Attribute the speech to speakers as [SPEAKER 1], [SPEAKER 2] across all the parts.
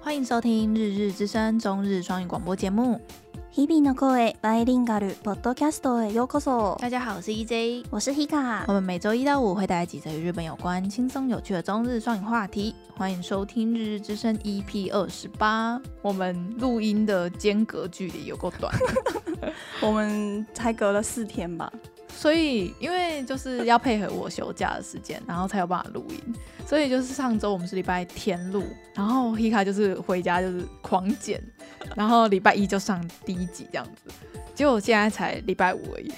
[SPEAKER 1] 欢迎收听《日日之声》中日双语广播节目。
[SPEAKER 2] 日々の声バイリンガルポッドキャストへようこそ。
[SPEAKER 1] 大家好，我是 E EJ。
[SPEAKER 2] 我是 Hika，
[SPEAKER 1] 我们每周一到五会带来几则与日本有关、轻松有趣的中日双语话题，欢迎收听《日日之声》EP 二十八。我们录音的间隔距离有够短，
[SPEAKER 2] 我们才隔了四天 吧？
[SPEAKER 1] 所以因为就是要配合我休假的时间，然后才有办法录音。所以就是上周我们是礼拜天录，然后 Hika 就是回家就是狂剪，然后礼拜一就上第一集这样子。结果现在才礼拜五而已，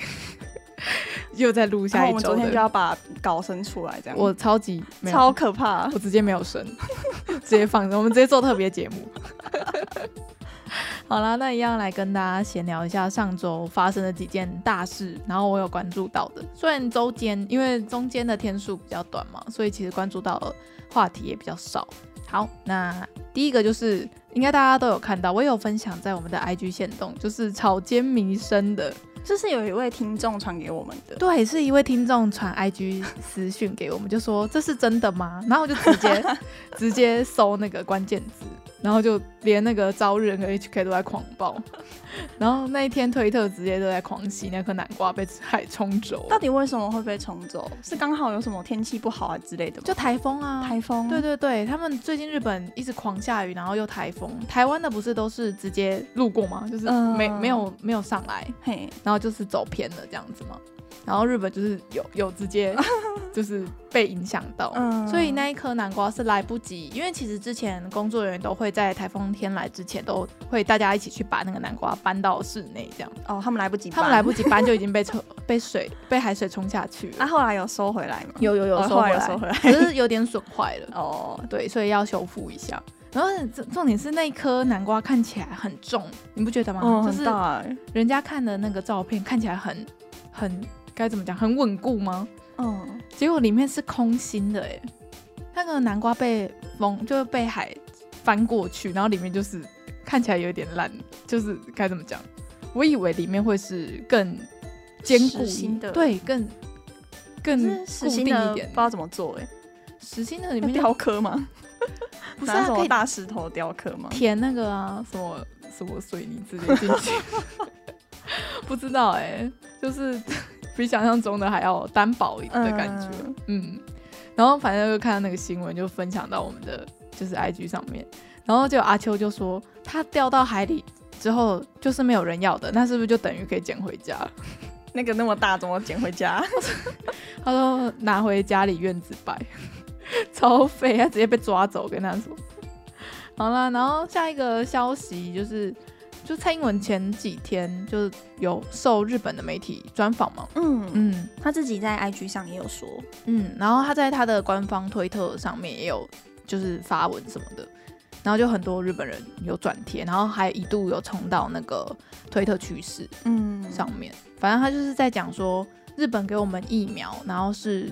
[SPEAKER 1] 又在录
[SPEAKER 2] 然
[SPEAKER 1] 下
[SPEAKER 2] 后
[SPEAKER 1] 一
[SPEAKER 2] 我们
[SPEAKER 1] 周
[SPEAKER 2] 昨天就
[SPEAKER 1] 的。
[SPEAKER 2] 要把稿生出来，这样
[SPEAKER 1] 我超级没有
[SPEAKER 2] 超可怕
[SPEAKER 1] 我。直接没有声， 直接放着，我们直接做特别节目。 好啦，那一样来跟大家闲聊一下上周发生的几件大事，然后我有关注到的。虽然周间因为中间的天数比较短嘛，所以其实关注到的话题也比较少。好，那第一个就是应该大家都有看到，我也有分享在我们的 IG 线动，就是草间弥生的
[SPEAKER 2] 就是有一位听众传给我们 的，
[SPEAKER 1] 对，是一位听众传 IG 私讯给我们，就说这是真的吗？然后我就直 接直接搜那个关键字，然后就连那个朝日跟 HK 都在狂爆，然后那一天推特直接都在狂洗那颗南瓜被海冲走，
[SPEAKER 2] 到底为什么会被冲走？是刚好有什么天气不好啊之类的吗？
[SPEAKER 1] 就台风啊。
[SPEAKER 2] 台风，
[SPEAKER 1] 对对对，他们最近日本一直狂下雨，然后又台风。台湾的不是都是直接路过吗？就是
[SPEAKER 2] 嗯
[SPEAKER 1] 没、没有没有上来，
[SPEAKER 2] 嘿，
[SPEAKER 1] 然后就是走偏了这样子嘛。然后日本就是有有直 接就是被影响到，
[SPEAKER 2] 嗯
[SPEAKER 1] 所以那一颗南瓜是来不及，因为其实之前工作人员都会在台风天来之前都会大家一起去把那个南瓜搬到室内这样，
[SPEAKER 2] 哦，他们来不及搬，
[SPEAKER 1] 他们来不及搬就已经被冲 被水被海水冲下去了，
[SPEAKER 2] 啊，后来有收回来吗？
[SPEAKER 1] 有有有
[SPEAKER 2] 哦
[SPEAKER 1] 收
[SPEAKER 2] 后
[SPEAKER 1] 回
[SPEAKER 2] 来有
[SPEAKER 1] 来，
[SPEAKER 2] 收回来，
[SPEAKER 1] 只是有点损坏了，
[SPEAKER 2] 哦，
[SPEAKER 1] 对，所以要修复一下。然后重重点是那一颗南瓜看起来很重，你不觉得吗？
[SPEAKER 2] 嗯，
[SPEAKER 1] 就
[SPEAKER 2] 很
[SPEAKER 1] 是
[SPEAKER 2] 大欸，
[SPEAKER 1] 人家看的那个照片看起来很很该怎么讲，很稳固吗？
[SPEAKER 2] 嗯，
[SPEAKER 1] 结果里面是空心的哎，那个南瓜被风就是被海翻过去，然后里面就是看起来有点烂，就是该怎么讲？我以为里面会是更坚固
[SPEAKER 2] 实心的
[SPEAKER 1] 对，更
[SPEAKER 2] 可
[SPEAKER 1] 更
[SPEAKER 2] 是
[SPEAKER 1] 固
[SPEAKER 2] 实心
[SPEAKER 1] 定
[SPEAKER 2] 的
[SPEAKER 1] 一
[SPEAKER 2] 不
[SPEAKER 1] 点
[SPEAKER 2] 知。道怎么做，哎，
[SPEAKER 1] 实心的里
[SPEAKER 2] 要
[SPEAKER 1] 面就
[SPEAKER 2] 雕刻吗？
[SPEAKER 1] 不是
[SPEAKER 2] 拿
[SPEAKER 1] 啊，
[SPEAKER 2] 什
[SPEAKER 1] 可
[SPEAKER 2] 么
[SPEAKER 1] 以
[SPEAKER 2] 大石头雕刻吗？
[SPEAKER 1] 填那个啊，什么什么水泥之类进去，不知道哎、就是 比想象中的还要单薄一点的感觉。
[SPEAKER 2] 嗯
[SPEAKER 1] 嗯，然后反正就看到那个新闻，就分享到我们的就是 IG 上面，然后就阿秋就说他掉到海里之后就是没有人要的，那是不是就等于可以捡回家？
[SPEAKER 2] 那个那么大，怎么捡回家？
[SPEAKER 1] 他说拿回家里院子摆， 超废，他直接被抓走，跟他说。好啦，然后下一个消息就是，就蔡英文前几天就是有受日本的媒体专访嘛，
[SPEAKER 2] 嗯，
[SPEAKER 1] 嗯
[SPEAKER 2] 他自己在 IG 上也有说，
[SPEAKER 1] 嗯，然后他在他的官方推特上面也有就是发文什么的，然后就很多日本人有转贴，然后还一度有冲到那个推特趋势，
[SPEAKER 2] 嗯，
[SPEAKER 1] 上面，反正他就是在讲说日本给我们疫苗，然后是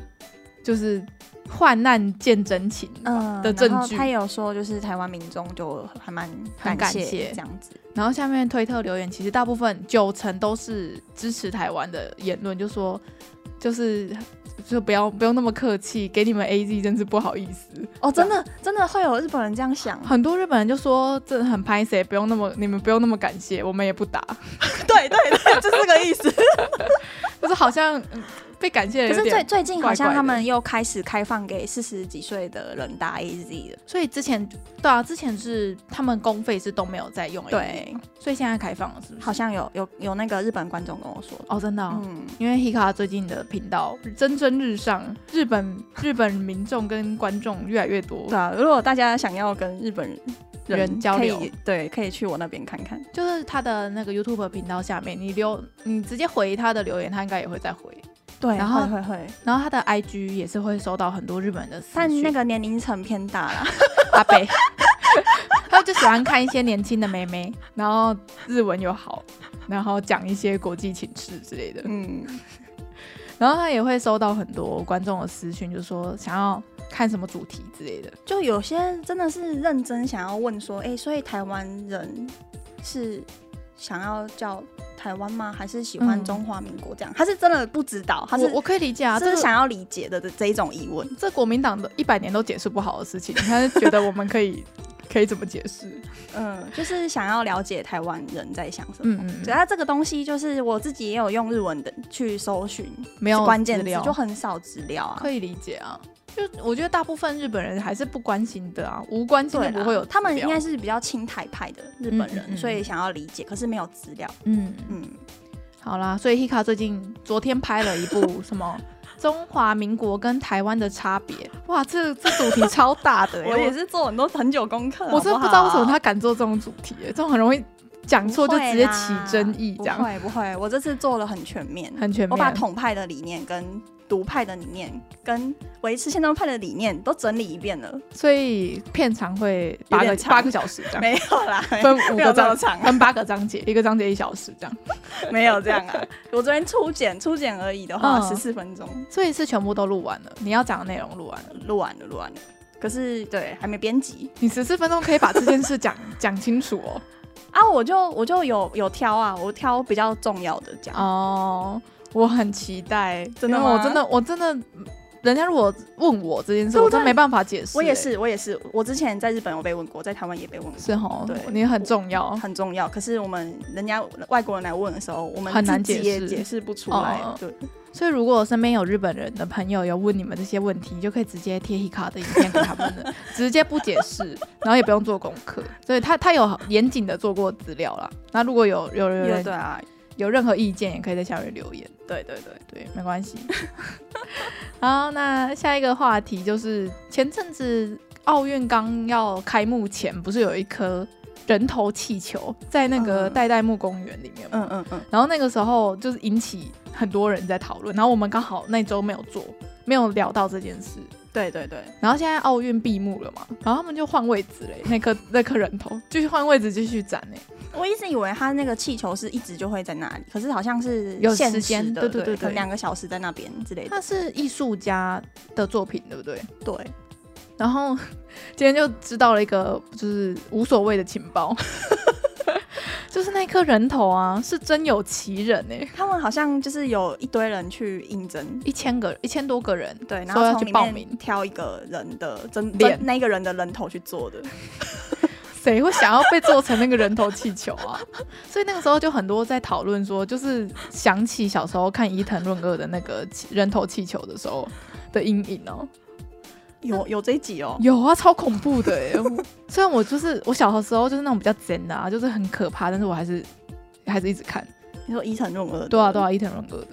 [SPEAKER 1] 就是患难见真情吧
[SPEAKER 2] 嗯
[SPEAKER 1] 的证
[SPEAKER 2] 然后
[SPEAKER 1] 据
[SPEAKER 2] 他也有说，就是台湾民众就还蛮
[SPEAKER 1] 很感
[SPEAKER 2] 感
[SPEAKER 1] 谢
[SPEAKER 2] 这样子，
[SPEAKER 1] 然后下面推特留言其实大部分九成都是支持台湾的言论，就说就是就不要不用那么客气，给你们 A Z 真是不好意思。
[SPEAKER 2] 哦，真的真的会有日本人这样想，
[SPEAKER 1] 很多日本人就说这很拍谁，不用那么你们不用那么感谢，我们也不打，
[SPEAKER 2] 对对对，就是这个意 思。
[SPEAKER 1] 就是好像、嗯被感谢
[SPEAKER 2] 可
[SPEAKER 1] 了有
[SPEAKER 2] 是最
[SPEAKER 1] 点。
[SPEAKER 2] 最近
[SPEAKER 1] 怪
[SPEAKER 2] 好
[SPEAKER 1] 怪
[SPEAKER 2] 像
[SPEAKER 1] 的
[SPEAKER 2] 他们又开始开放给四十几岁的人打 AZ 了，
[SPEAKER 1] 所以之前对啊，之前是他们公费是都没有在用 A Z
[SPEAKER 2] 对，
[SPEAKER 1] 所以现在开放了，是不是？
[SPEAKER 2] 好像有有有那个日本观众跟我说，
[SPEAKER 1] 哦，真的、哦
[SPEAKER 2] 嗯，
[SPEAKER 1] 因为 Hika 最近的频道蒸蒸日上，日本 日本民众跟观众越来越多
[SPEAKER 2] 对，啊，如果大家想要跟日本人。
[SPEAKER 1] 人交流
[SPEAKER 2] 可以，对，可以去我那边看看。
[SPEAKER 1] 就是他的那个 YouTube 频道下面，你留你直接回他的留言，他应该也会再回。
[SPEAKER 2] 对
[SPEAKER 1] 然后
[SPEAKER 2] 会会会，
[SPEAKER 1] 然后他的 IG 也是会收到很多日本人的私
[SPEAKER 2] 但
[SPEAKER 1] 讯，
[SPEAKER 2] 那个年龄层偏大啦。
[SPEAKER 1] 阿北，他就喜欢看一些年轻的妹妹，然后日文又好，然后讲一些国际情事之类的。
[SPEAKER 2] 嗯，
[SPEAKER 1] 然后他也会收到很多观众的私讯，就说想要看什么主题之类的。
[SPEAKER 2] 就有些真的是认真想要问说，哎、所以台湾人是想要叫台湾吗？还是喜欢
[SPEAKER 1] 嗯
[SPEAKER 2] 中华民国这样？他是真的不知道，他是
[SPEAKER 1] 我我可以理解啊，
[SPEAKER 2] 这
[SPEAKER 1] 这
[SPEAKER 2] 是
[SPEAKER 1] 个
[SPEAKER 2] 想要理解的这这一种疑问。
[SPEAKER 1] 这国民党的一百年都解释不好的事情，他是觉得我们可以可以怎么解释？
[SPEAKER 2] 嗯，就是想要了解台湾人在想什么。
[SPEAKER 1] 嗯嗯
[SPEAKER 2] 主
[SPEAKER 1] 嗯，
[SPEAKER 2] 要这个东西就是我自己也有用日文的去搜寻
[SPEAKER 1] 没有
[SPEAKER 2] 关键
[SPEAKER 1] 资
[SPEAKER 2] 词，
[SPEAKER 1] 料
[SPEAKER 2] 就很少资料啊。
[SPEAKER 1] 可以理解啊。就我觉得大部分日本人还是不关心的啊，无关心
[SPEAKER 2] 对
[SPEAKER 1] 就
[SPEAKER 2] 啦，
[SPEAKER 1] 不会有资料。
[SPEAKER 2] 他们应该是比较亲台派的日本人，
[SPEAKER 1] 嗯嗯嗯
[SPEAKER 2] 所以想要理解，可是没有资料。
[SPEAKER 1] 嗯，
[SPEAKER 2] 嗯，
[SPEAKER 1] 好啦，所以 Hika 最近昨天拍了一 部什么中华民国跟台湾的差别，哇，这这主题超大的、欸，
[SPEAKER 2] 我也是做很多很久功课，啊
[SPEAKER 1] 我真的不
[SPEAKER 2] 好
[SPEAKER 1] 知道为
[SPEAKER 2] 好
[SPEAKER 1] 什么他敢做这种主题、欸，这种很容易讲错就直接起争议，
[SPEAKER 2] 不
[SPEAKER 1] 这样
[SPEAKER 2] 会不会，我这次做了很全面，
[SPEAKER 1] 很全面。
[SPEAKER 2] 我把统派的理念跟独派的理念跟维持现状派的理念都整理一遍了，
[SPEAKER 1] 所以片长会八
[SPEAKER 2] 有
[SPEAKER 1] 个
[SPEAKER 2] 点长
[SPEAKER 1] 八个小 时这样，
[SPEAKER 2] 没有啦，没
[SPEAKER 1] 分五
[SPEAKER 2] 没有
[SPEAKER 1] 个
[SPEAKER 2] 这么
[SPEAKER 1] 章，
[SPEAKER 2] 长啊，
[SPEAKER 1] 分八个章节，一个章节一小时这样，
[SPEAKER 2] 没有这样啊。我昨天初剪，初剪而已的话，
[SPEAKER 1] 嗯
[SPEAKER 2] 十四分钟
[SPEAKER 1] 所以是全部都录完了，你要讲的内容录完了。
[SPEAKER 2] 录完了，录完了。可是对，还没编辑
[SPEAKER 1] 你十四分钟可以把这件事讲讲清楚哦。
[SPEAKER 2] 啊，我就我就有有挑啊，我挑比较重要的讲。
[SPEAKER 1] 哦，我很期待，
[SPEAKER 2] 真的
[SPEAKER 1] 因为我
[SPEAKER 2] 吗
[SPEAKER 1] 真的我真的，人家如果问我这件事，
[SPEAKER 2] 对不
[SPEAKER 1] 我真
[SPEAKER 2] 对
[SPEAKER 1] 没办法解释、
[SPEAKER 2] 我
[SPEAKER 1] 欸，
[SPEAKER 2] 也是，我也是，我之前在日本有被问过，在台湾也被问过，
[SPEAKER 1] 是哦，
[SPEAKER 2] 对
[SPEAKER 1] 你很重要。
[SPEAKER 2] 很重要。可是我们人家外国人来问的时候，我们
[SPEAKER 1] 很难
[SPEAKER 2] 自己
[SPEAKER 1] 解释
[SPEAKER 2] 也解释不出来。
[SPEAKER 1] 哦
[SPEAKER 2] 对，
[SPEAKER 1] 所以如果身边有日本人的朋友有问你们这些问题，你就可以直接贴 Hika 的影片给他们 了，直接不解释，然后也不用做功课。所以他他有严谨的做过资料啦。那如果有有有
[SPEAKER 2] 对
[SPEAKER 1] 人
[SPEAKER 2] 对啊，
[SPEAKER 1] 有任何意见，也可以在下面留言。
[SPEAKER 2] 对对对，
[SPEAKER 1] 对，没关 系。好，那下一个话题就是前阵子奥运刚要开幕前，不是有一颗人头气球在那个
[SPEAKER 2] 嗯
[SPEAKER 1] 代代木公园里面吗？
[SPEAKER 2] 嗯嗯嗯，
[SPEAKER 1] 然后那个时候就是引起很多人在讨论，然后我们刚好那周没有做，没有聊到这件事。
[SPEAKER 2] 对对对，
[SPEAKER 1] 然后现在奥运闭幕了嘛，然后他们就换位置嘞，那颗 那颗人头继续换位置继续展嘞，
[SPEAKER 2] 我一直以为他那个气球是一直就会在那里，可是好像是
[SPEAKER 1] 有
[SPEAKER 2] 限
[SPEAKER 1] 时
[SPEAKER 2] 时
[SPEAKER 1] 间
[SPEAKER 2] 的，
[SPEAKER 1] 对对对对
[SPEAKER 2] 可能两个小时在那边之类的。
[SPEAKER 1] 那是艺术家的作品对不对？
[SPEAKER 2] 对，
[SPEAKER 1] 然后今天就知道了一个就是无所谓的情报， 就是那颗人头啊是真有其人哎、
[SPEAKER 2] 他们好像就是有一堆人去应征。
[SPEAKER 1] 一千个一千多个人，
[SPEAKER 2] 对，然
[SPEAKER 1] 说
[SPEAKER 2] 后
[SPEAKER 1] 要
[SPEAKER 2] 从
[SPEAKER 1] 去
[SPEAKER 2] 里
[SPEAKER 1] 报
[SPEAKER 2] 面
[SPEAKER 1] 名
[SPEAKER 2] 挑一个人的真
[SPEAKER 1] 脸
[SPEAKER 2] 真那一个人的人头去做的，
[SPEAKER 1] 谁会想要被做成那个人头气球啊？ 所以那个时候就很多在讨论说，就是想起小时候看伊藤润二的那个气人头气球的时候的阴影哦。
[SPEAKER 2] 有有这一集哦，
[SPEAKER 1] 有啊，超恐怖的耶！我 虽然我就是我小的时候就是那种比较真的啊，就是很可怕，但是我还是还是一直看。
[SPEAKER 2] 你说伊藤润二的，
[SPEAKER 1] 对啊，对啊，伊藤润二的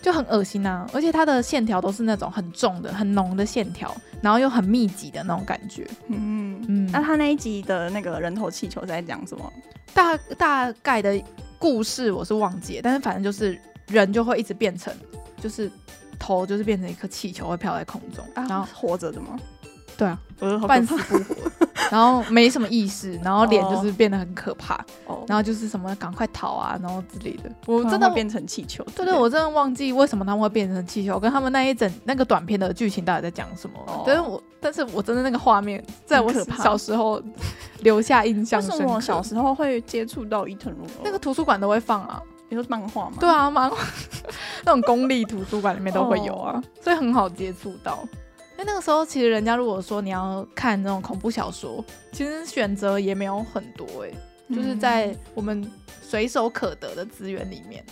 [SPEAKER 1] 就很恶心啊，而且它的线条都是那种很重的、很浓的线条，然后又很密集的那种感觉。
[SPEAKER 2] 嗯，
[SPEAKER 1] 嗯，
[SPEAKER 2] 那他那一集的那个人头气球在讲什么？
[SPEAKER 1] 大大概的故事我是忘记了，但是反正就是人就会一直变成，就是头就是变成一颗气球会飘在空中，然后
[SPEAKER 2] 活着的吗？
[SPEAKER 1] 对啊，
[SPEAKER 2] 呃，好可
[SPEAKER 1] 半
[SPEAKER 2] 怕
[SPEAKER 1] 死不活， 然后没什么意识，然后脸就是变得很可怕，
[SPEAKER 2] 哦，
[SPEAKER 1] 然后就是什么赶快逃啊，然后之类的。我
[SPEAKER 2] 真
[SPEAKER 1] 真
[SPEAKER 2] 的
[SPEAKER 1] 的
[SPEAKER 2] 会变成气球之
[SPEAKER 1] 对
[SPEAKER 2] 类的。
[SPEAKER 1] 对，我真的忘记为什么他们会变成气球，跟他们那一整那个短片的剧情到底在讲什么了
[SPEAKER 2] 哦。
[SPEAKER 1] 但是我但是我真的那个画面，在我
[SPEAKER 2] 很可怕
[SPEAKER 1] 小时候留下印象
[SPEAKER 2] 为
[SPEAKER 1] 深
[SPEAKER 2] 什
[SPEAKER 1] 刻。
[SPEAKER 2] 么我小时候会接触到伊藤润二？
[SPEAKER 1] 那个图书馆都会放啊，
[SPEAKER 2] 你说漫画吗？
[SPEAKER 1] 对啊，蛮那种公立图书馆里面都会有啊
[SPEAKER 2] 哦，
[SPEAKER 1] 所以很好接触到。因为那个时候，其实人家如果说你要看那种恐怖小说，其实选择也没有很多哎、
[SPEAKER 2] 嗯，
[SPEAKER 1] 就是在我们随手可得的资源里面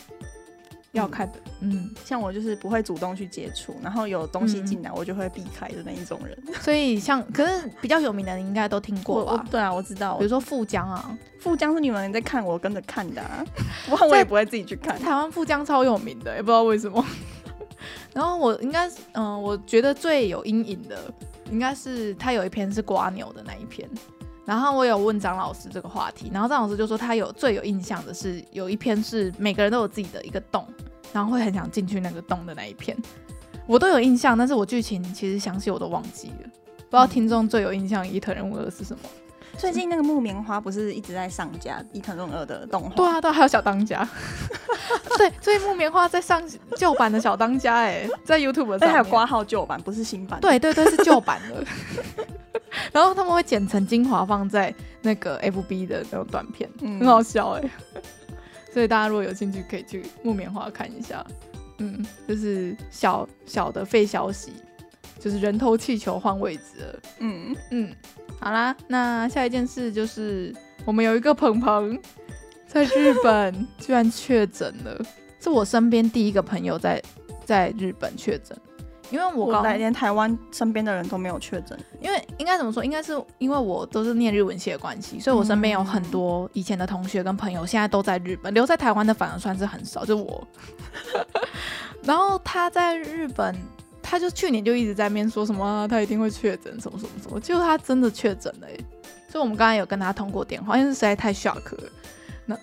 [SPEAKER 1] 要看的，嗯
[SPEAKER 2] 像我就是不会主动去接触，然后有东西进来我就会避开的那一种人。
[SPEAKER 1] 所以像可是比较有名的，你应该都听过
[SPEAKER 2] 我嗯我
[SPEAKER 1] 吧？
[SPEAKER 2] 对啊，我知道
[SPEAKER 1] 比。如说富江啊，
[SPEAKER 2] 富江是你们在看，我跟着看的、 啊，不然我也不会自己去看。
[SPEAKER 1] 台 湾富江超有名的，也不知道为什么。 然后我应该是，嗯、我觉得最有阴影的应该是他有一篇是瓜牛的那一篇。然后我有问张老师这个话题，然后张老师就说他有最有印象的是有一篇是每个人都有自己的一个洞，然后会很想进去那个洞的那一篇，我都有印象，但是我剧情其实详细我都忘记了，不知道听众最有印象伊藤润二是什么？
[SPEAKER 2] 最近那个木棉花不是一直在上架伊藤润二的动画？
[SPEAKER 1] 对啊，对啊，还有小当家。 对，所以木棉花在上旧版的小当家、哎，在 YouTube 上
[SPEAKER 2] 而且
[SPEAKER 1] 面
[SPEAKER 2] 还有挂号旧版，不是新版。，
[SPEAKER 1] 对对对，是旧版的。 然后他们会剪成精华放在那个 FB 的那种短片，
[SPEAKER 2] 嗯
[SPEAKER 1] 很好笑哎、 所以大家如果有兴趣，可以去木棉花看一下。嗯，就是小小的废消息，就是人头气球换位置了。
[SPEAKER 2] 嗯，
[SPEAKER 1] 嗯，好啦，那下一件事就是我们有一个鹏鹏在日本居然确诊了，是我身边第一个朋友在在日本确诊，因为我
[SPEAKER 2] 我
[SPEAKER 1] 高
[SPEAKER 2] 来连台湾身边的人都没有确诊，
[SPEAKER 1] 因为应该怎么说？应该是因为我都是念日文系的关系，所以我身边有很多以前的同学跟朋友，现在都在日本，留在台湾的反而算是很少，就我。 然后他在日本，他就去年就一直在面说什么、啊他一定会确诊什么什么什么，结果他真的确诊了耶！所以我们刚才有跟他通过电话，因为实在太 shock 了。那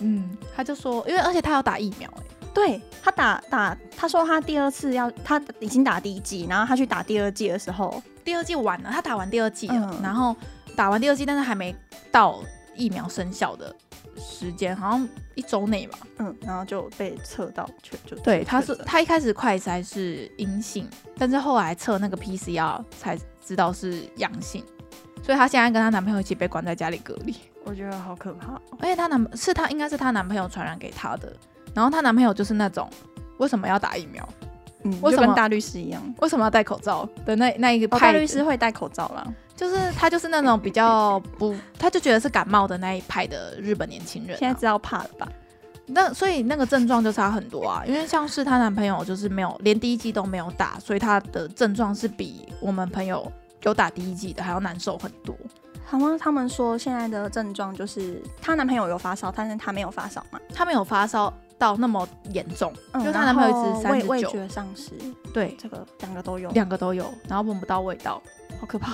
[SPEAKER 1] 嗯，他就说，因为而且他要打疫苗耶，
[SPEAKER 2] 对他打打，他说他第二次要他已经打第一剂，然后他去打第二剂的时候，
[SPEAKER 1] 第二季完了，他打完第二季了，
[SPEAKER 2] 嗯
[SPEAKER 1] 然后打完第二季，但是还没到疫苗生效的时间，好像一周内吧。
[SPEAKER 2] 嗯，然后就被测到确就
[SPEAKER 1] 对，他是
[SPEAKER 2] 确诊
[SPEAKER 1] 他一开始快筛是阴性，但是后来测那个 PCR 才知道是阳性，所以她现在跟她男朋友一起被关在家里隔离。
[SPEAKER 2] 我觉得好可怕哦，
[SPEAKER 1] 而且她男是她应该是她男朋友传染给她的，然后她男朋友就是那种为什么要打疫苗，
[SPEAKER 2] 嗯，
[SPEAKER 1] 为
[SPEAKER 2] 就
[SPEAKER 1] 什么
[SPEAKER 2] 跟大律师一样，
[SPEAKER 1] 为什么要戴口罩的那那一个
[SPEAKER 2] 哦，
[SPEAKER 1] 派
[SPEAKER 2] 大
[SPEAKER 1] 的、
[SPEAKER 2] 律师会戴口罩啦，
[SPEAKER 1] 就是他就是那种比较不，他就觉得是感冒的那一派的日本年轻人、
[SPEAKER 2] 现在
[SPEAKER 1] 啊。
[SPEAKER 2] 知道怕了吧？
[SPEAKER 1] 那所以那个症状就差很多啊，因为像是她男朋友就是没有连第一剂都没有打，所以她的症状是比我们朋友有打第一剂的还要难受很多。
[SPEAKER 2] 好像他们说现在的症状就是她男朋友有发烧，但是她没有发烧嘛，
[SPEAKER 1] 她没有发烧到那么严重，
[SPEAKER 2] 嗯，
[SPEAKER 1] 因为她男朋友一直
[SPEAKER 2] 然后味味
[SPEAKER 1] 39
[SPEAKER 2] 觉丧失，
[SPEAKER 1] 对，
[SPEAKER 2] 这个两个都有，
[SPEAKER 1] 两个都有，然后闻不到味 道，
[SPEAKER 2] 好可怕。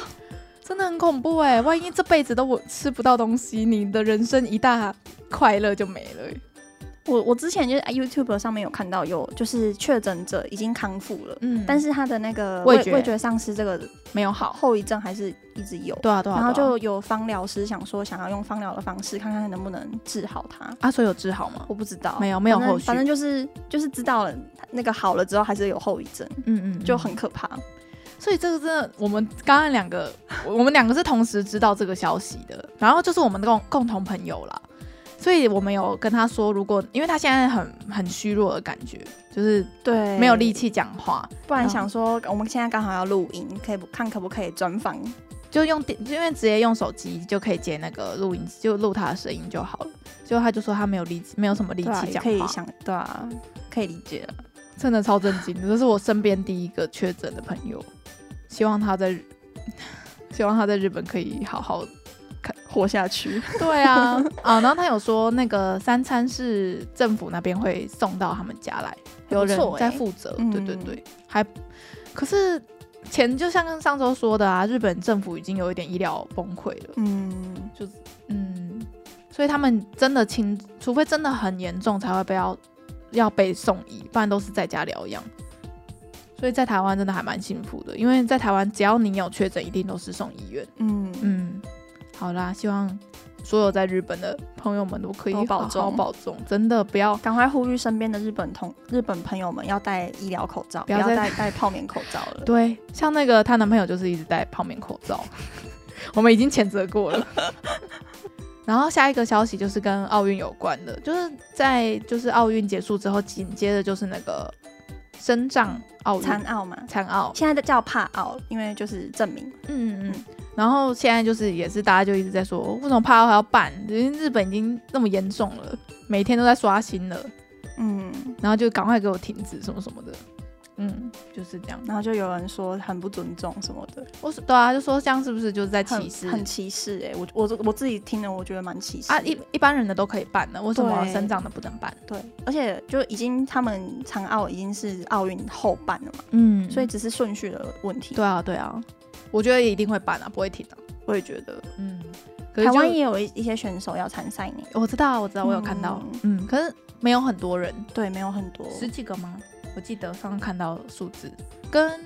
[SPEAKER 1] 真的很恐怖哎、万一这辈子都我吃不到东西，你的人生一大快乐就没了欸、
[SPEAKER 2] 我我之前就是 YouTube 上面有看到有就是确诊者已经康复了，
[SPEAKER 1] 嗯
[SPEAKER 2] 但是他的那个
[SPEAKER 1] 味
[SPEAKER 2] 味
[SPEAKER 1] 觉
[SPEAKER 2] 味觉丧失这个
[SPEAKER 1] 没有好。
[SPEAKER 2] 后遗症还是一直有。
[SPEAKER 1] 对啊，对啊，
[SPEAKER 2] 然后
[SPEAKER 1] 对啊
[SPEAKER 2] 就有芳疗师想说，想要用芳疗的方式看看能不能治好他。
[SPEAKER 1] 啊，所以有治好吗？
[SPEAKER 2] 我不知道，
[SPEAKER 1] 没有没有
[SPEAKER 2] 反正
[SPEAKER 1] 后续
[SPEAKER 2] 反正就是就是知道了那个好了之后，还是有后遗症，
[SPEAKER 1] 嗯嗯，
[SPEAKER 2] 就
[SPEAKER 1] 嗯
[SPEAKER 2] 很可怕。
[SPEAKER 1] 所以这个真的，我们刚刚两个， 我我们两个是同时知道这个消息的，然后就是我们的共共同朋友啦，所以我们有跟他说，如果因为他现在很很虚弱的感觉，就是
[SPEAKER 2] 对
[SPEAKER 1] 没有力，气讲话，
[SPEAKER 2] 不然想说我们现在刚好要录音，可以不看可不可以专访？
[SPEAKER 1] 就用电，因为直接用手机就可以接那个录音，就录他的声音就好了。结果他就说他没有力气，没有什么力
[SPEAKER 2] 对啊
[SPEAKER 1] 气，
[SPEAKER 2] 也
[SPEAKER 1] 讲
[SPEAKER 2] 可以
[SPEAKER 1] 话，
[SPEAKER 2] 想，对啊，可以理解了。
[SPEAKER 1] 真的超震惊的，这是我身边第一个确诊的朋友，希望他在日， 希望他在日本可以好好
[SPEAKER 2] 活下去，
[SPEAKER 1] 对 啊，啊，然后他有说那个三餐是政府那边会送到他们家来，有人在负责，
[SPEAKER 2] 嗯
[SPEAKER 1] 对对对，还可是钱就像跟上周说的啊，日本政府已经有一点医疗崩溃了，
[SPEAKER 2] 嗯，
[SPEAKER 1] 嗯，所以他们真的轻，除非真的很严重才会被要要被送医，不然都是在家疗养。所以在台湾真的还蛮幸福的，因为在台湾只要你有确诊，一定都是送医院。
[SPEAKER 2] 嗯
[SPEAKER 1] 嗯，好啦，希望所有在日本的朋友们都可以
[SPEAKER 2] 都保
[SPEAKER 1] 好好
[SPEAKER 2] 重
[SPEAKER 1] 保重，真的不要
[SPEAKER 2] 赶快呼吁身边的日本同日本朋友们要戴医疗口罩，
[SPEAKER 1] 不
[SPEAKER 2] 不
[SPEAKER 1] 要
[SPEAKER 2] 要
[SPEAKER 1] 再
[SPEAKER 2] 再戴泡棉口罩了。
[SPEAKER 1] 对，像那个她男朋友就是一直戴泡面口罩， 我们已经谴责过了。 然后下一个消息就是跟奥运有关的，就是在就是奥运结束之后，紧接着就是那个深藏奥运
[SPEAKER 2] 残奥嘛，
[SPEAKER 1] 残奥，
[SPEAKER 2] 现在都叫帕奥，因为就是证明。
[SPEAKER 1] 嗯嗯嗯
[SPEAKER 2] 嗯。
[SPEAKER 1] 然后现在就是也是大家就一直在说，为什么帕奥还要办？因为日本已经那么严重了，每天都在刷新了。
[SPEAKER 2] 嗯，
[SPEAKER 1] 然后就赶快给我停止什么什么的，嗯，就是这样。
[SPEAKER 2] 然后就有人说很不尊重什么的，
[SPEAKER 1] 我说对啊，就说这样是不是就是在
[SPEAKER 2] 很
[SPEAKER 1] 歧视
[SPEAKER 2] 很歧视哎、我我我自己听了，我觉得蛮歧视
[SPEAKER 1] 啊？
[SPEAKER 2] 的
[SPEAKER 1] 一一般人的都可以办的，为什么
[SPEAKER 2] 对
[SPEAKER 1] 生长的不能办？
[SPEAKER 2] 对，而且就已经他们残奥已经是奥运后办了嘛，
[SPEAKER 1] 嗯
[SPEAKER 2] 所以只是顺序的问题。
[SPEAKER 1] 对啊对啊，我觉得一定会办啊，不会停的、
[SPEAKER 2] 我也觉得
[SPEAKER 1] 嗯，可是
[SPEAKER 2] 台
[SPEAKER 1] 就
[SPEAKER 2] 湾也有一一些选手要参赛呢，
[SPEAKER 1] 我知道啊我知道我有看到，嗯可是没有很多人，
[SPEAKER 2] 对，没有很多。
[SPEAKER 1] 十几个吗？我记得上次看到数字跟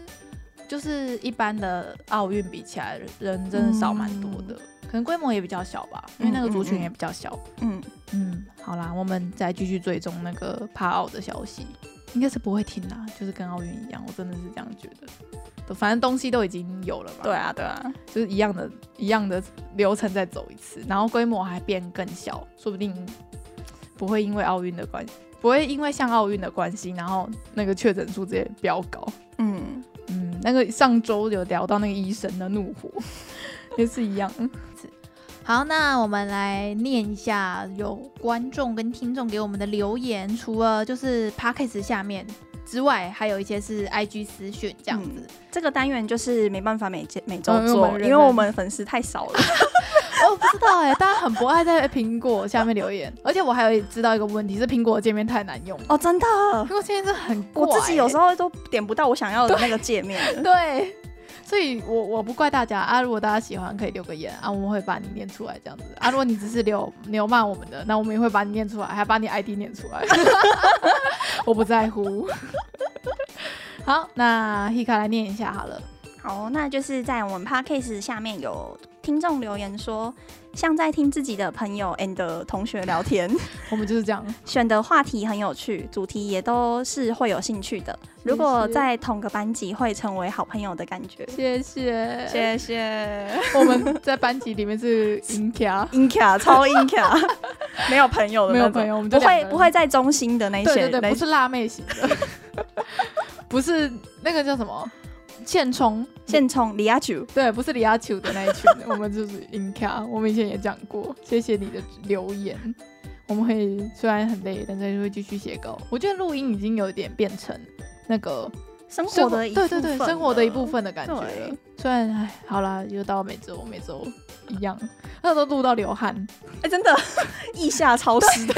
[SPEAKER 1] 就是一般的奥运比起来，人真的少蛮多的，可能规模也比较小吧，因为那个族群也比较小。
[SPEAKER 2] 嗯，
[SPEAKER 1] 嗯，好啦，我们再继续追踪那个帕奥的消息，应该是不会停啦，就是跟奥运一样，我真的是这样觉得。都反正东西都已经有了嘛，
[SPEAKER 2] 对，啊，对啊，
[SPEAKER 1] 就是一样的一样的流程再走一次，然后规模还变更小，说不定不会因为奥运的关不会因为像奥运的关系，然后那个确诊数直接飙高。
[SPEAKER 2] 嗯。
[SPEAKER 1] 嗯，那个上周有聊到那个医生的怒火，
[SPEAKER 3] 也是一样。
[SPEAKER 1] 好，那我们来念一下有观众跟听众给我们的留言，除了就是 p a c k a g e 下面之外，还有一些是 IG 私讯这样子。
[SPEAKER 2] 这个单元就是没办法每节每周
[SPEAKER 3] 嗯因为我
[SPEAKER 2] 做，
[SPEAKER 3] 们人
[SPEAKER 2] 因为我们粉丝太少了。
[SPEAKER 3] 我不知道哎、大家很不爱在苹果下面留言，而且我还有知道一个问题是苹果界面太 难用了，
[SPEAKER 2] 哦，真的，
[SPEAKER 3] 苹果界面真的很怪、
[SPEAKER 2] 我自己有时
[SPEAKER 3] 候
[SPEAKER 2] 候都点不到我想要的那个界面 了。
[SPEAKER 3] 对，所以我我不怪大家啊，如果大家喜欢可以留个言啊，我们会把你念出来这样子啊，如果你只是留留骂我们的，那我们也会把你念出来，还把你 ID 念出 来，我不在乎。好，那 Hika 来念一下好了。
[SPEAKER 2] 好，那就是在我们 podcast 下面有听众留言说，像在听自己的朋友 and 同学聊天，
[SPEAKER 3] 我们就是这样，
[SPEAKER 2] 选的话题很有趣，主题也都是会有兴趣的。如果在同个班级，会成为好朋友的感觉。
[SPEAKER 3] 谢谢。
[SPEAKER 2] 谢谢，
[SPEAKER 3] 我们在班级里面是 i 卡，
[SPEAKER 2] 硬卡超硬卡， 没有朋友的
[SPEAKER 3] 没
[SPEAKER 2] 那
[SPEAKER 3] 有
[SPEAKER 2] 种，
[SPEAKER 3] 朋友，我们就
[SPEAKER 2] 不
[SPEAKER 3] 两个
[SPEAKER 2] 会
[SPEAKER 3] 人
[SPEAKER 2] 不会在中心的那些，
[SPEAKER 3] 对对
[SPEAKER 2] 那
[SPEAKER 3] 对，不是辣妹型 的，不是那个叫什么现充，
[SPEAKER 2] 现充李亚九，
[SPEAKER 3] 对，不是李亚秋的那一群，我们就是 in 卡，我们以前也讲过，谢谢你的留言。我们会虽然很累，但是还是会继续写稿。我觉得录音已经有点变成那个
[SPEAKER 2] 生活的一
[SPEAKER 3] 对对对
[SPEAKER 2] 部分
[SPEAKER 3] 生活的一
[SPEAKER 2] 了
[SPEAKER 3] 部分的感觉了
[SPEAKER 2] 对。
[SPEAKER 3] 虽然唉，好啦，又到每周每周一样，那时候录到流汗，
[SPEAKER 2] 哎、真的， 腋下潮湿 的。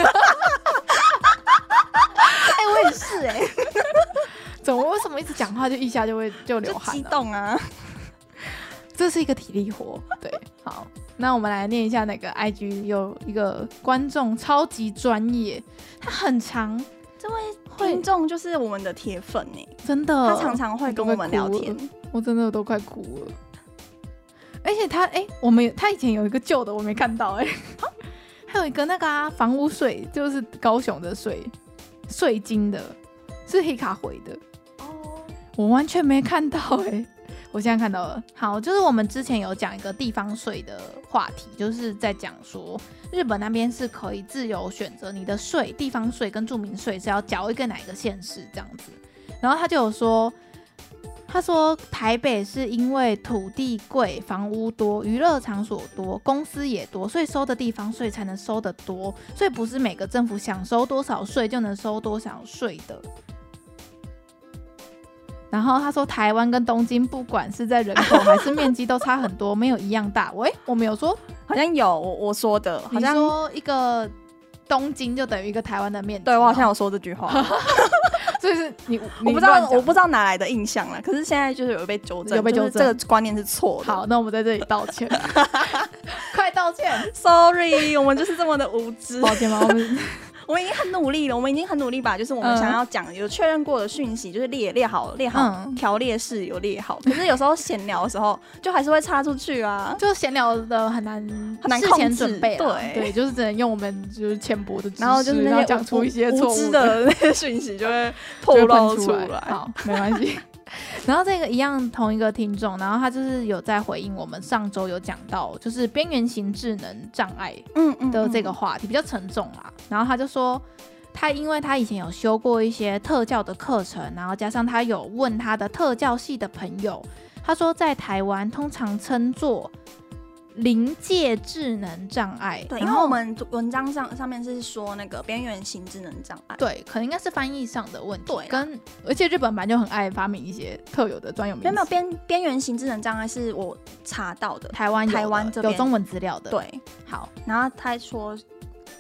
[SPEAKER 2] 哎、我也是 哎、
[SPEAKER 3] 怎么为什么一直讲话就一下就会就
[SPEAKER 2] 就
[SPEAKER 3] 流汗、
[SPEAKER 2] 激
[SPEAKER 3] 啊？
[SPEAKER 2] 动啊！
[SPEAKER 3] 这是一个体力活。对，好，那我们来念一下那个 IG 有一个观众超级专业，他很长，
[SPEAKER 2] 这位
[SPEAKER 3] 会
[SPEAKER 2] 听众就是我们的铁粉哎、
[SPEAKER 3] 真的，
[SPEAKER 2] 他常常会跟我们聊天
[SPEAKER 3] 我都快。我真的都快哭了。而且他哎、我们有他以前有一个旧的我没看到哎、 还有一个那个啊房屋税，就是高雄的税，税金的，是黑卡回的。
[SPEAKER 2] 哦，
[SPEAKER 3] 我完全没看到哎、
[SPEAKER 1] 欸
[SPEAKER 3] 我现在看到了，
[SPEAKER 1] 好，就是我们之前有讲一个地方税的话题，就是在讲说日本那边是可以自由选择你的税，地方税跟住民税是要缴一个哪一个县市这样子。然后他就有说，他说台北是因为土地贵、房屋多、娱乐场所多、公司也多，所以收的地方税才能收得多，所以不是每个政府想收多少税就能收多少税的。然后他说，台湾跟东京不管是在人口还是面积都差很多，没有一样大。喂，我们有说，
[SPEAKER 2] 好像有我我说的，哦好
[SPEAKER 1] 你
[SPEAKER 2] 像
[SPEAKER 1] 说一个东京就等于一个台湾的面积吗，
[SPEAKER 2] 对我好像有说这句 话，
[SPEAKER 3] 就是 你
[SPEAKER 2] 我
[SPEAKER 3] 你
[SPEAKER 2] 不知道
[SPEAKER 3] 乱讲
[SPEAKER 2] 我不知道哪来的印象了。可是现在就是有被纠正，
[SPEAKER 3] 有被
[SPEAKER 2] 就是
[SPEAKER 3] 纠正
[SPEAKER 2] 这个观念是错的。
[SPEAKER 3] 好，那我们在这里道 歉，
[SPEAKER 1] 快道歉。
[SPEAKER 2] ，sorry，我们就是这么的无 知。
[SPEAKER 3] 抱歉吗？我们
[SPEAKER 2] 我们已经很努力了，我们已经很努力把就是我们
[SPEAKER 3] 嗯
[SPEAKER 2] 想要讲、有确认过的讯息，就是列列好列好
[SPEAKER 1] 嗯
[SPEAKER 2] 条、列式有列好。可是有时候闲聊的时候，就还是会插出去啊。
[SPEAKER 1] 就闲聊的很难，
[SPEAKER 2] 很难
[SPEAKER 1] 事
[SPEAKER 2] 控
[SPEAKER 1] 前
[SPEAKER 2] 制
[SPEAKER 1] 准备啊啦，
[SPEAKER 2] 对
[SPEAKER 3] 对，就是只能用我们就是浅薄的知识，
[SPEAKER 2] 然后就是那
[SPEAKER 3] 然
[SPEAKER 2] 些
[SPEAKER 3] 后讲出一些
[SPEAKER 2] 无
[SPEAKER 3] 错
[SPEAKER 2] 无知
[SPEAKER 3] 误
[SPEAKER 2] 的那些 讯息就会透
[SPEAKER 3] 就会
[SPEAKER 2] 露
[SPEAKER 3] 喷
[SPEAKER 2] 出
[SPEAKER 3] 出
[SPEAKER 2] 来。
[SPEAKER 3] 好，没关 系。
[SPEAKER 1] 然后这个一样同一个听众，然后他就是有在回应我们上周有讲到，就是边缘型智能障碍
[SPEAKER 2] 嗯嗯
[SPEAKER 1] 的这个话题比较沉重啦。然后他就说，他因为他以前有修过一些特教的课程，然后加上他有问他的特教系的朋友，他说在台湾通常称作临界智能障碍，
[SPEAKER 2] 对，因
[SPEAKER 1] 然
[SPEAKER 2] 为
[SPEAKER 1] 后
[SPEAKER 2] 我们文章上上面是说那个边缘型智能障碍，
[SPEAKER 1] 对可能应该是翻译上的问题，
[SPEAKER 2] 对啦
[SPEAKER 1] 跟
[SPEAKER 3] 而且日本版就很爱发明一些特有的专有名
[SPEAKER 2] 没
[SPEAKER 3] 词，
[SPEAKER 2] 有没有边边缘型智能障碍是我查到的。
[SPEAKER 1] 台湾有的
[SPEAKER 2] 台湾这
[SPEAKER 1] 有
[SPEAKER 2] 边
[SPEAKER 1] 中文资料的，，
[SPEAKER 2] 对，
[SPEAKER 1] 好，
[SPEAKER 2] 然后他说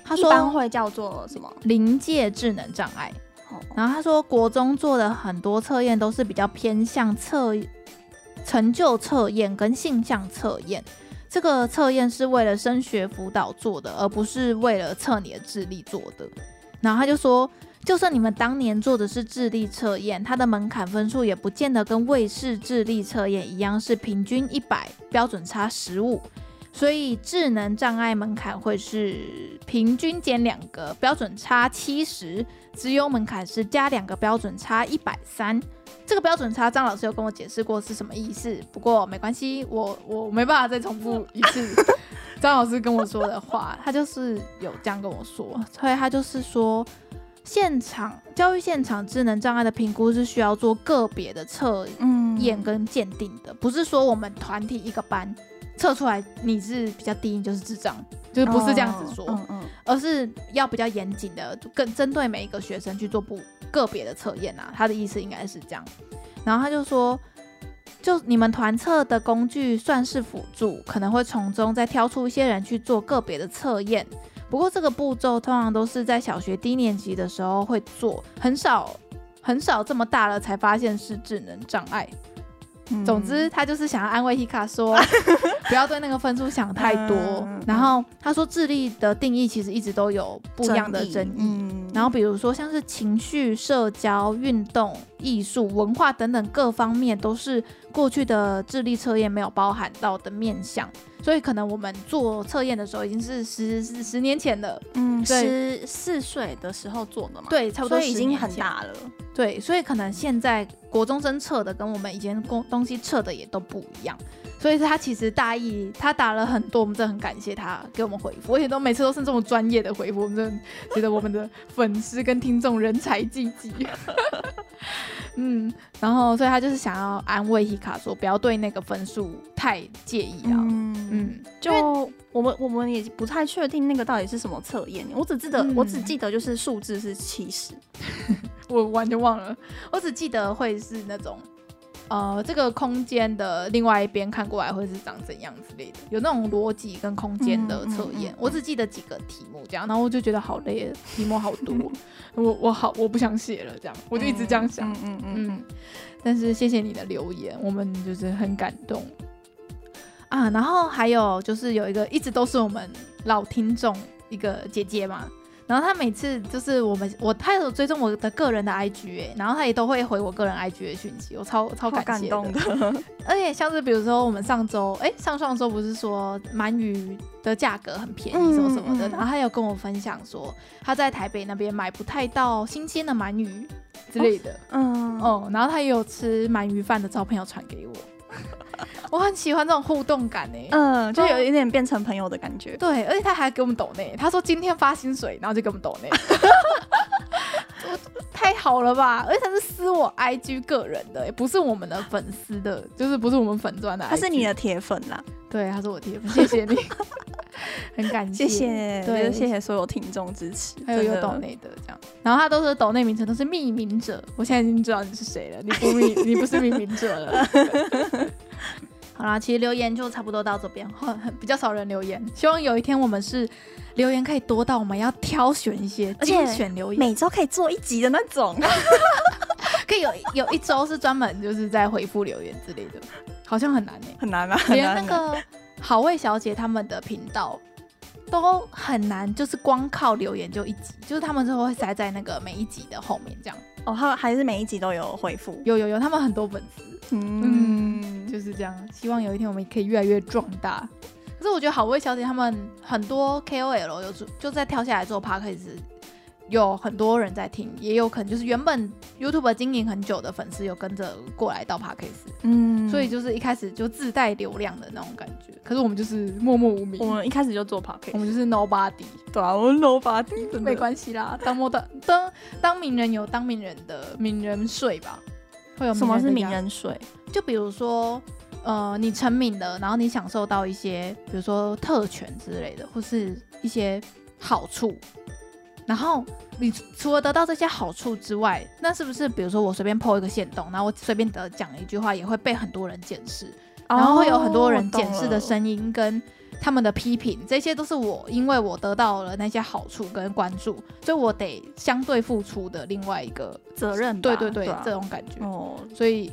[SPEAKER 1] 他
[SPEAKER 2] 一般
[SPEAKER 1] 说
[SPEAKER 2] 会叫做什么？
[SPEAKER 1] 临界智能障碍。
[SPEAKER 2] 哦
[SPEAKER 1] 然后他说，国中做的很多测验都是比较偏向测成就测验跟性向测验。这个测验是为了升学辅导做的，而不是为了测你的智力做的。然后他就说，就算你们当年做的是智力测验，它的门槛分数也不见得跟卫视智力测验一样是平均一百，标准差十五。所以智能障碍门槛会是平均减两个，标准差七十，资优门槛是加两个标准差一百三。这个标准差，张老师有跟我解释过是什么意思，不过没关系，我我没办法再重复一次张老师跟我说的话，他就是有这样跟我说，所以他就是说，现场教育现场智能障碍的评估是需要做个别的测
[SPEAKER 2] 嗯
[SPEAKER 1] 验跟鉴定的，不是说我们团体一个班测出来你是比较低，你就是智障，就是不是这样子说，
[SPEAKER 2] 嗯嗯
[SPEAKER 1] 而是要比较严谨的，更针对每一个学生去做不个别的测验啊。他的意思应该是这样。然后他就说，就你们团测的工具算是辅助，可能会从中再挑出一些人去做个别的测验。不过这个步骤通常都是在小学低年级的时候会做，很少很少这么大了才发现是智能障碍。
[SPEAKER 2] 嗯
[SPEAKER 1] 总之，他就是想要安慰 Hika 说，不要对那个分数想太多
[SPEAKER 2] 嗯。
[SPEAKER 1] 然后他说，智力的定义其实一直都有不一样的争议。
[SPEAKER 2] 嗯
[SPEAKER 1] 然后比如说像是情绪、社交、运动、艺术、文化等等各方面，都是过去的智力测验没有包含到的面向。所以可能我们做测验的时候已经是十十十年前了，
[SPEAKER 2] 嗯，
[SPEAKER 1] 对
[SPEAKER 2] 十四岁的时候做的嘛，，
[SPEAKER 1] 对，差不多
[SPEAKER 2] 所以已
[SPEAKER 1] 10
[SPEAKER 2] 经
[SPEAKER 1] 年
[SPEAKER 2] 很
[SPEAKER 1] 前
[SPEAKER 2] 大了。
[SPEAKER 1] 对，所以可能现在国中生测的跟我们以前公东西测的也都不一样，所以他其实大意他打了很多，我们真的很感谢他给我们回复，而且都每次都是这么专业的回复，我们真的觉得我们的粉丝跟听众人才济济。 嗯，然后所以他就是想要安慰 Hika 说，不要对那个分数太介意啊。嗯
[SPEAKER 2] 嗯，就我们我们也不太确定那个到底是什么测验，我只记得、
[SPEAKER 1] 嗯
[SPEAKER 2] 我只记得就是数字是七十，
[SPEAKER 1] 我完全忘了，我只记得会是那种，呃，这个空间的另外一边看过来会是长怎样之类的，有那种逻辑跟空间的测验。
[SPEAKER 2] 嗯嗯嗯嗯
[SPEAKER 1] 我只记得几个题目这样，然后我就觉得好累，题目好 多，我我好我不想写了这样，我
[SPEAKER 2] 我
[SPEAKER 1] 就一直这样想。
[SPEAKER 2] 嗯嗯嗯
[SPEAKER 1] 嗯，但是谢谢你的留言，我们就是很感动啊。然后还有就是有一个一直都是我们老听众一个姐姐嘛，然后她每次就是我们我她有追踪我的个人的 IG，、欸、然后她也都会回我个人 IG 的讯息，我超超
[SPEAKER 2] 好
[SPEAKER 1] 感
[SPEAKER 2] 感
[SPEAKER 1] 谢
[SPEAKER 2] 动
[SPEAKER 1] 的。
[SPEAKER 2] 的，
[SPEAKER 1] 而且像是比如说我们上周哎、上上周不是说鳗鱼的价格很便宜
[SPEAKER 2] 嗯
[SPEAKER 1] 什么什么的，
[SPEAKER 2] 嗯
[SPEAKER 1] 然后她有跟我分享说她在台北那边买不太到新鲜的鳗鱼之类的。
[SPEAKER 2] 嗯哦，
[SPEAKER 1] 哦，然后他也有吃鳗鱼饭的照片有传给 我，我很喜欢这种互动感呢、
[SPEAKER 2] 嗯，
[SPEAKER 1] 哦
[SPEAKER 2] 就有一点变成朋友的感觉，
[SPEAKER 1] 对，而且他还给我们抖内，他说今天发薪水，然后就给我们抖 内，我太好了吧！而且他是私我 IG 个人的、不是我们的粉丝的，就是不是我们粉钻的 IG，
[SPEAKER 2] 他是你的铁粉啦，
[SPEAKER 1] 对，他是我贴粉，谢谢 你，很感
[SPEAKER 2] 谢谢，
[SPEAKER 1] 对
[SPEAKER 2] 对，谢谢所有听众支持，
[SPEAKER 1] 还有有
[SPEAKER 2] 真的
[SPEAKER 1] 抖内的这样，然后他都是抖内名称都是匿名者，我现在已经知道你是谁了，你不匿你不是匿名者了。 好啦，其实留言就差不多到这边，很很比较少人留言，希望有一天我们是留言可以多到我们要挑选一些
[SPEAKER 2] 而且
[SPEAKER 1] 精选留言，
[SPEAKER 2] 每周可以做一集的那 种，
[SPEAKER 1] 可以有有一周是专门就是在回复留言之类的，好像很难欸呢、
[SPEAKER 2] 很难吗？啊很
[SPEAKER 1] 连
[SPEAKER 2] 难
[SPEAKER 1] 那
[SPEAKER 2] 很难
[SPEAKER 1] 个好味小姐他们的频道都很难，就是光靠留言就一集，就是他们都会塞在那个每一集的后面这样。
[SPEAKER 2] 哦，他还是每一集都有回复，
[SPEAKER 1] 有有有，他们很多粉丝
[SPEAKER 2] 嗯，
[SPEAKER 1] 就是这样。希望有一天我们可以越来越壮大。可是我觉得好味小姐他们很多 KOL 有做就在跳下来做 p a r k 有很多人在听，也有可能就是原本 YouTube 经营很久的粉丝有跟着过来到 p a r k
[SPEAKER 2] 嗯，
[SPEAKER 1] 所以就是一开始就自带流量的那种感觉。可是我们就是默默无名，
[SPEAKER 2] 我们一开始就做 p o c
[SPEAKER 1] 我
[SPEAKER 2] a s
[SPEAKER 1] 们就是 nobody，
[SPEAKER 2] t 对啊，我们 nobody 真的
[SPEAKER 1] 没关系啦。当摸当当当名人有当名人的名人税吧，会有
[SPEAKER 2] 什么
[SPEAKER 1] 的
[SPEAKER 2] 是名
[SPEAKER 1] 压
[SPEAKER 2] 人水？
[SPEAKER 1] 就比如说，呃，你成名了，然后你享受到一些，比如说特权之类的，或是一些好处，然后你除除了得到这些好处之外，那是不是比如说我随便 PO 一个线动，然后我随便得讲一句话，也会被很多人检视，然后会有很多人检视的
[SPEAKER 2] 声。
[SPEAKER 1] 声音跟。他们的批评，这些都是我因为我得到了那些好处跟关注，所以我得相对付出的另外一个，
[SPEAKER 2] 责任吧，
[SPEAKER 1] 对对对，
[SPEAKER 2] 啊
[SPEAKER 1] 这种感觉。
[SPEAKER 2] 哦，
[SPEAKER 1] 所以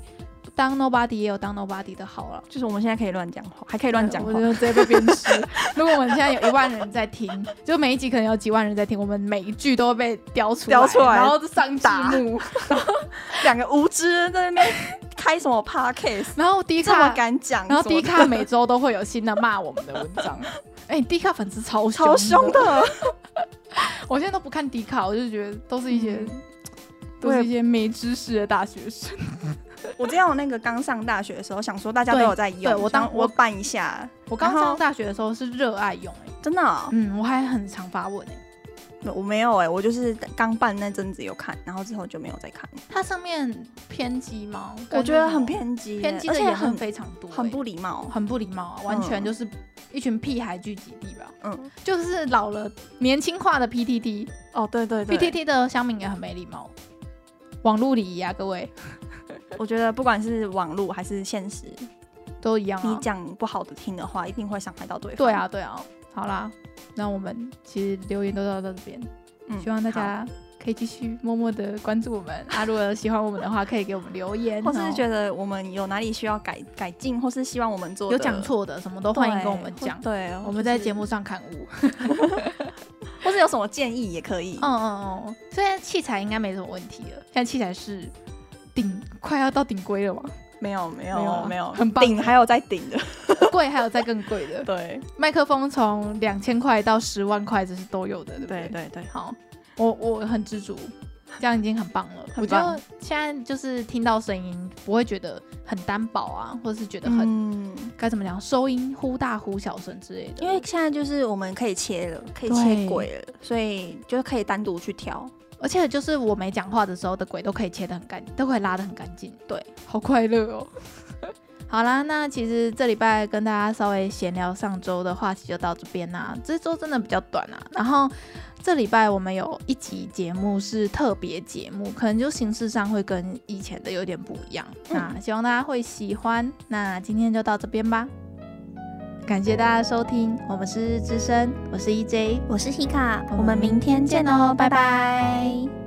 [SPEAKER 1] 当 nobody 也有当 nobody 的好了。
[SPEAKER 2] 就是我们现在可以乱讲话，还可以乱讲
[SPEAKER 1] 我
[SPEAKER 2] 话
[SPEAKER 1] 觉，得直接被鞭尸。 如果我们现在有一万人在听，就每一集可能有几万人在听，我们每一句都会被雕出来，
[SPEAKER 2] 雕出来
[SPEAKER 1] 然后就上字
[SPEAKER 2] 打
[SPEAKER 1] 幕，
[SPEAKER 2] 两个无知在那边开什么 podcast，
[SPEAKER 1] 然后迪
[SPEAKER 2] 这么
[SPEAKER 1] 卡，
[SPEAKER 2] 敢讲，
[SPEAKER 1] 啊然后
[SPEAKER 2] 怎么
[SPEAKER 1] 迪卡每周都会有新的骂我们的文 章。哎、迪卡粉丝超
[SPEAKER 2] 超凶
[SPEAKER 1] 的，
[SPEAKER 2] 的，
[SPEAKER 1] 我现在都不看迪卡，我就觉得都是一些、
[SPEAKER 2] 嗯
[SPEAKER 1] 都是一些没知识的大学生。
[SPEAKER 2] 我之前我那个刚上大学的时候，想说大家都
[SPEAKER 1] 对
[SPEAKER 2] 有在用，
[SPEAKER 1] 对我当
[SPEAKER 2] 想我办一下，
[SPEAKER 1] 我刚
[SPEAKER 2] 然后
[SPEAKER 1] 上大学的时候是热爱用、哎，
[SPEAKER 2] 真的哦，
[SPEAKER 1] 嗯，我还很常发问、哎，
[SPEAKER 2] 我没有哎、我就是刚办那阵子有看，然后之后就没有再看了。
[SPEAKER 1] 它上面偏激吗？
[SPEAKER 2] 我觉得很
[SPEAKER 1] 偏
[SPEAKER 2] 偏激欸，
[SPEAKER 1] 偏激
[SPEAKER 2] 而
[SPEAKER 1] 的
[SPEAKER 2] 且
[SPEAKER 1] 言
[SPEAKER 2] 很
[SPEAKER 1] 论非常多欸，
[SPEAKER 2] 很不礼貌。
[SPEAKER 1] 很不礼貌啊，完全就是一群屁孩聚集地吧，
[SPEAKER 2] 嗯，
[SPEAKER 1] 就是老了年轻化的 PTT。
[SPEAKER 4] 哦，对对对
[SPEAKER 1] PTT 的乡民也很没礼貌，网络礼仪啊，各位
[SPEAKER 2] 我觉得不管是网络还是现实，
[SPEAKER 1] 都一样
[SPEAKER 2] 你
[SPEAKER 1] 啊。
[SPEAKER 2] 讲不好的听的话，一定会伤害到对方。
[SPEAKER 1] 对，啊，对啊，好啦，那我们其实留言都到这边，
[SPEAKER 2] 嗯
[SPEAKER 1] 希望大家可以继续默默的关注我们。 啊，如果喜欢我们的话，可以给我们留言，哦
[SPEAKER 2] 好。或是觉
[SPEAKER 1] 得
[SPEAKER 2] 得我们有哪里需要改改进，或是希望我们做
[SPEAKER 1] 有
[SPEAKER 2] 的
[SPEAKER 1] 讲，错的，什么都
[SPEAKER 2] 对
[SPEAKER 1] 欢迎跟我们讲，
[SPEAKER 2] 对，
[SPEAKER 1] 我们在
[SPEAKER 2] 就是
[SPEAKER 1] 节目上刊物。
[SPEAKER 2] 或是有什么建议也可以。
[SPEAKER 1] 嗯嗯嗯，现在器材应该没什么问题了，现在器材是顶快要到顶规了 嘛，
[SPEAKER 2] 没有没
[SPEAKER 1] 没有
[SPEAKER 2] 有
[SPEAKER 1] 啊
[SPEAKER 2] 没有，
[SPEAKER 1] 很棒
[SPEAKER 2] 顶还有在顶 的，
[SPEAKER 1] 贵还有再更贵的，
[SPEAKER 2] 对
[SPEAKER 1] 麦克风从两千块到十万块这是都有的，对不
[SPEAKER 2] 对对对，
[SPEAKER 1] 好，我我很知足，这样已经很棒了。
[SPEAKER 2] 很
[SPEAKER 1] 我觉
[SPEAKER 2] 棒
[SPEAKER 1] 得现在就是听到声音不会觉得很单薄啊，或是觉得很、
[SPEAKER 2] 嗯，
[SPEAKER 1] 该怎么讲，收音忽大忽小声之类的。
[SPEAKER 2] 因为现在就是我们可以切了，可以切
[SPEAKER 1] 对
[SPEAKER 2] 轨了，所以就可以单独去挑。
[SPEAKER 1] 而且就是我没讲话的时候的鬼都可以切得很干，都可以拉得很干净。
[SPEAKER 2] 对，
[SPEAKER 1] 好快乐哦。 好啦，那其实这礼拜跟大家稍微闲聊上周的话题就到这边啦、这周真的比较短啊，然后这礼拜我们有一集节目是特别节目，可能就形式上会跟以前的有点不一样。
[SPEAKER 2] 嗯
[SPEAKER 1] 那希望大家会喜欢。那今天就到这边吧，感谢大家的收听，我们是日之声，我是 E EJ，
[SPEAKER 2] 我是 Hika，
[SPEAKER 1] 哦我们明天见哦拜拜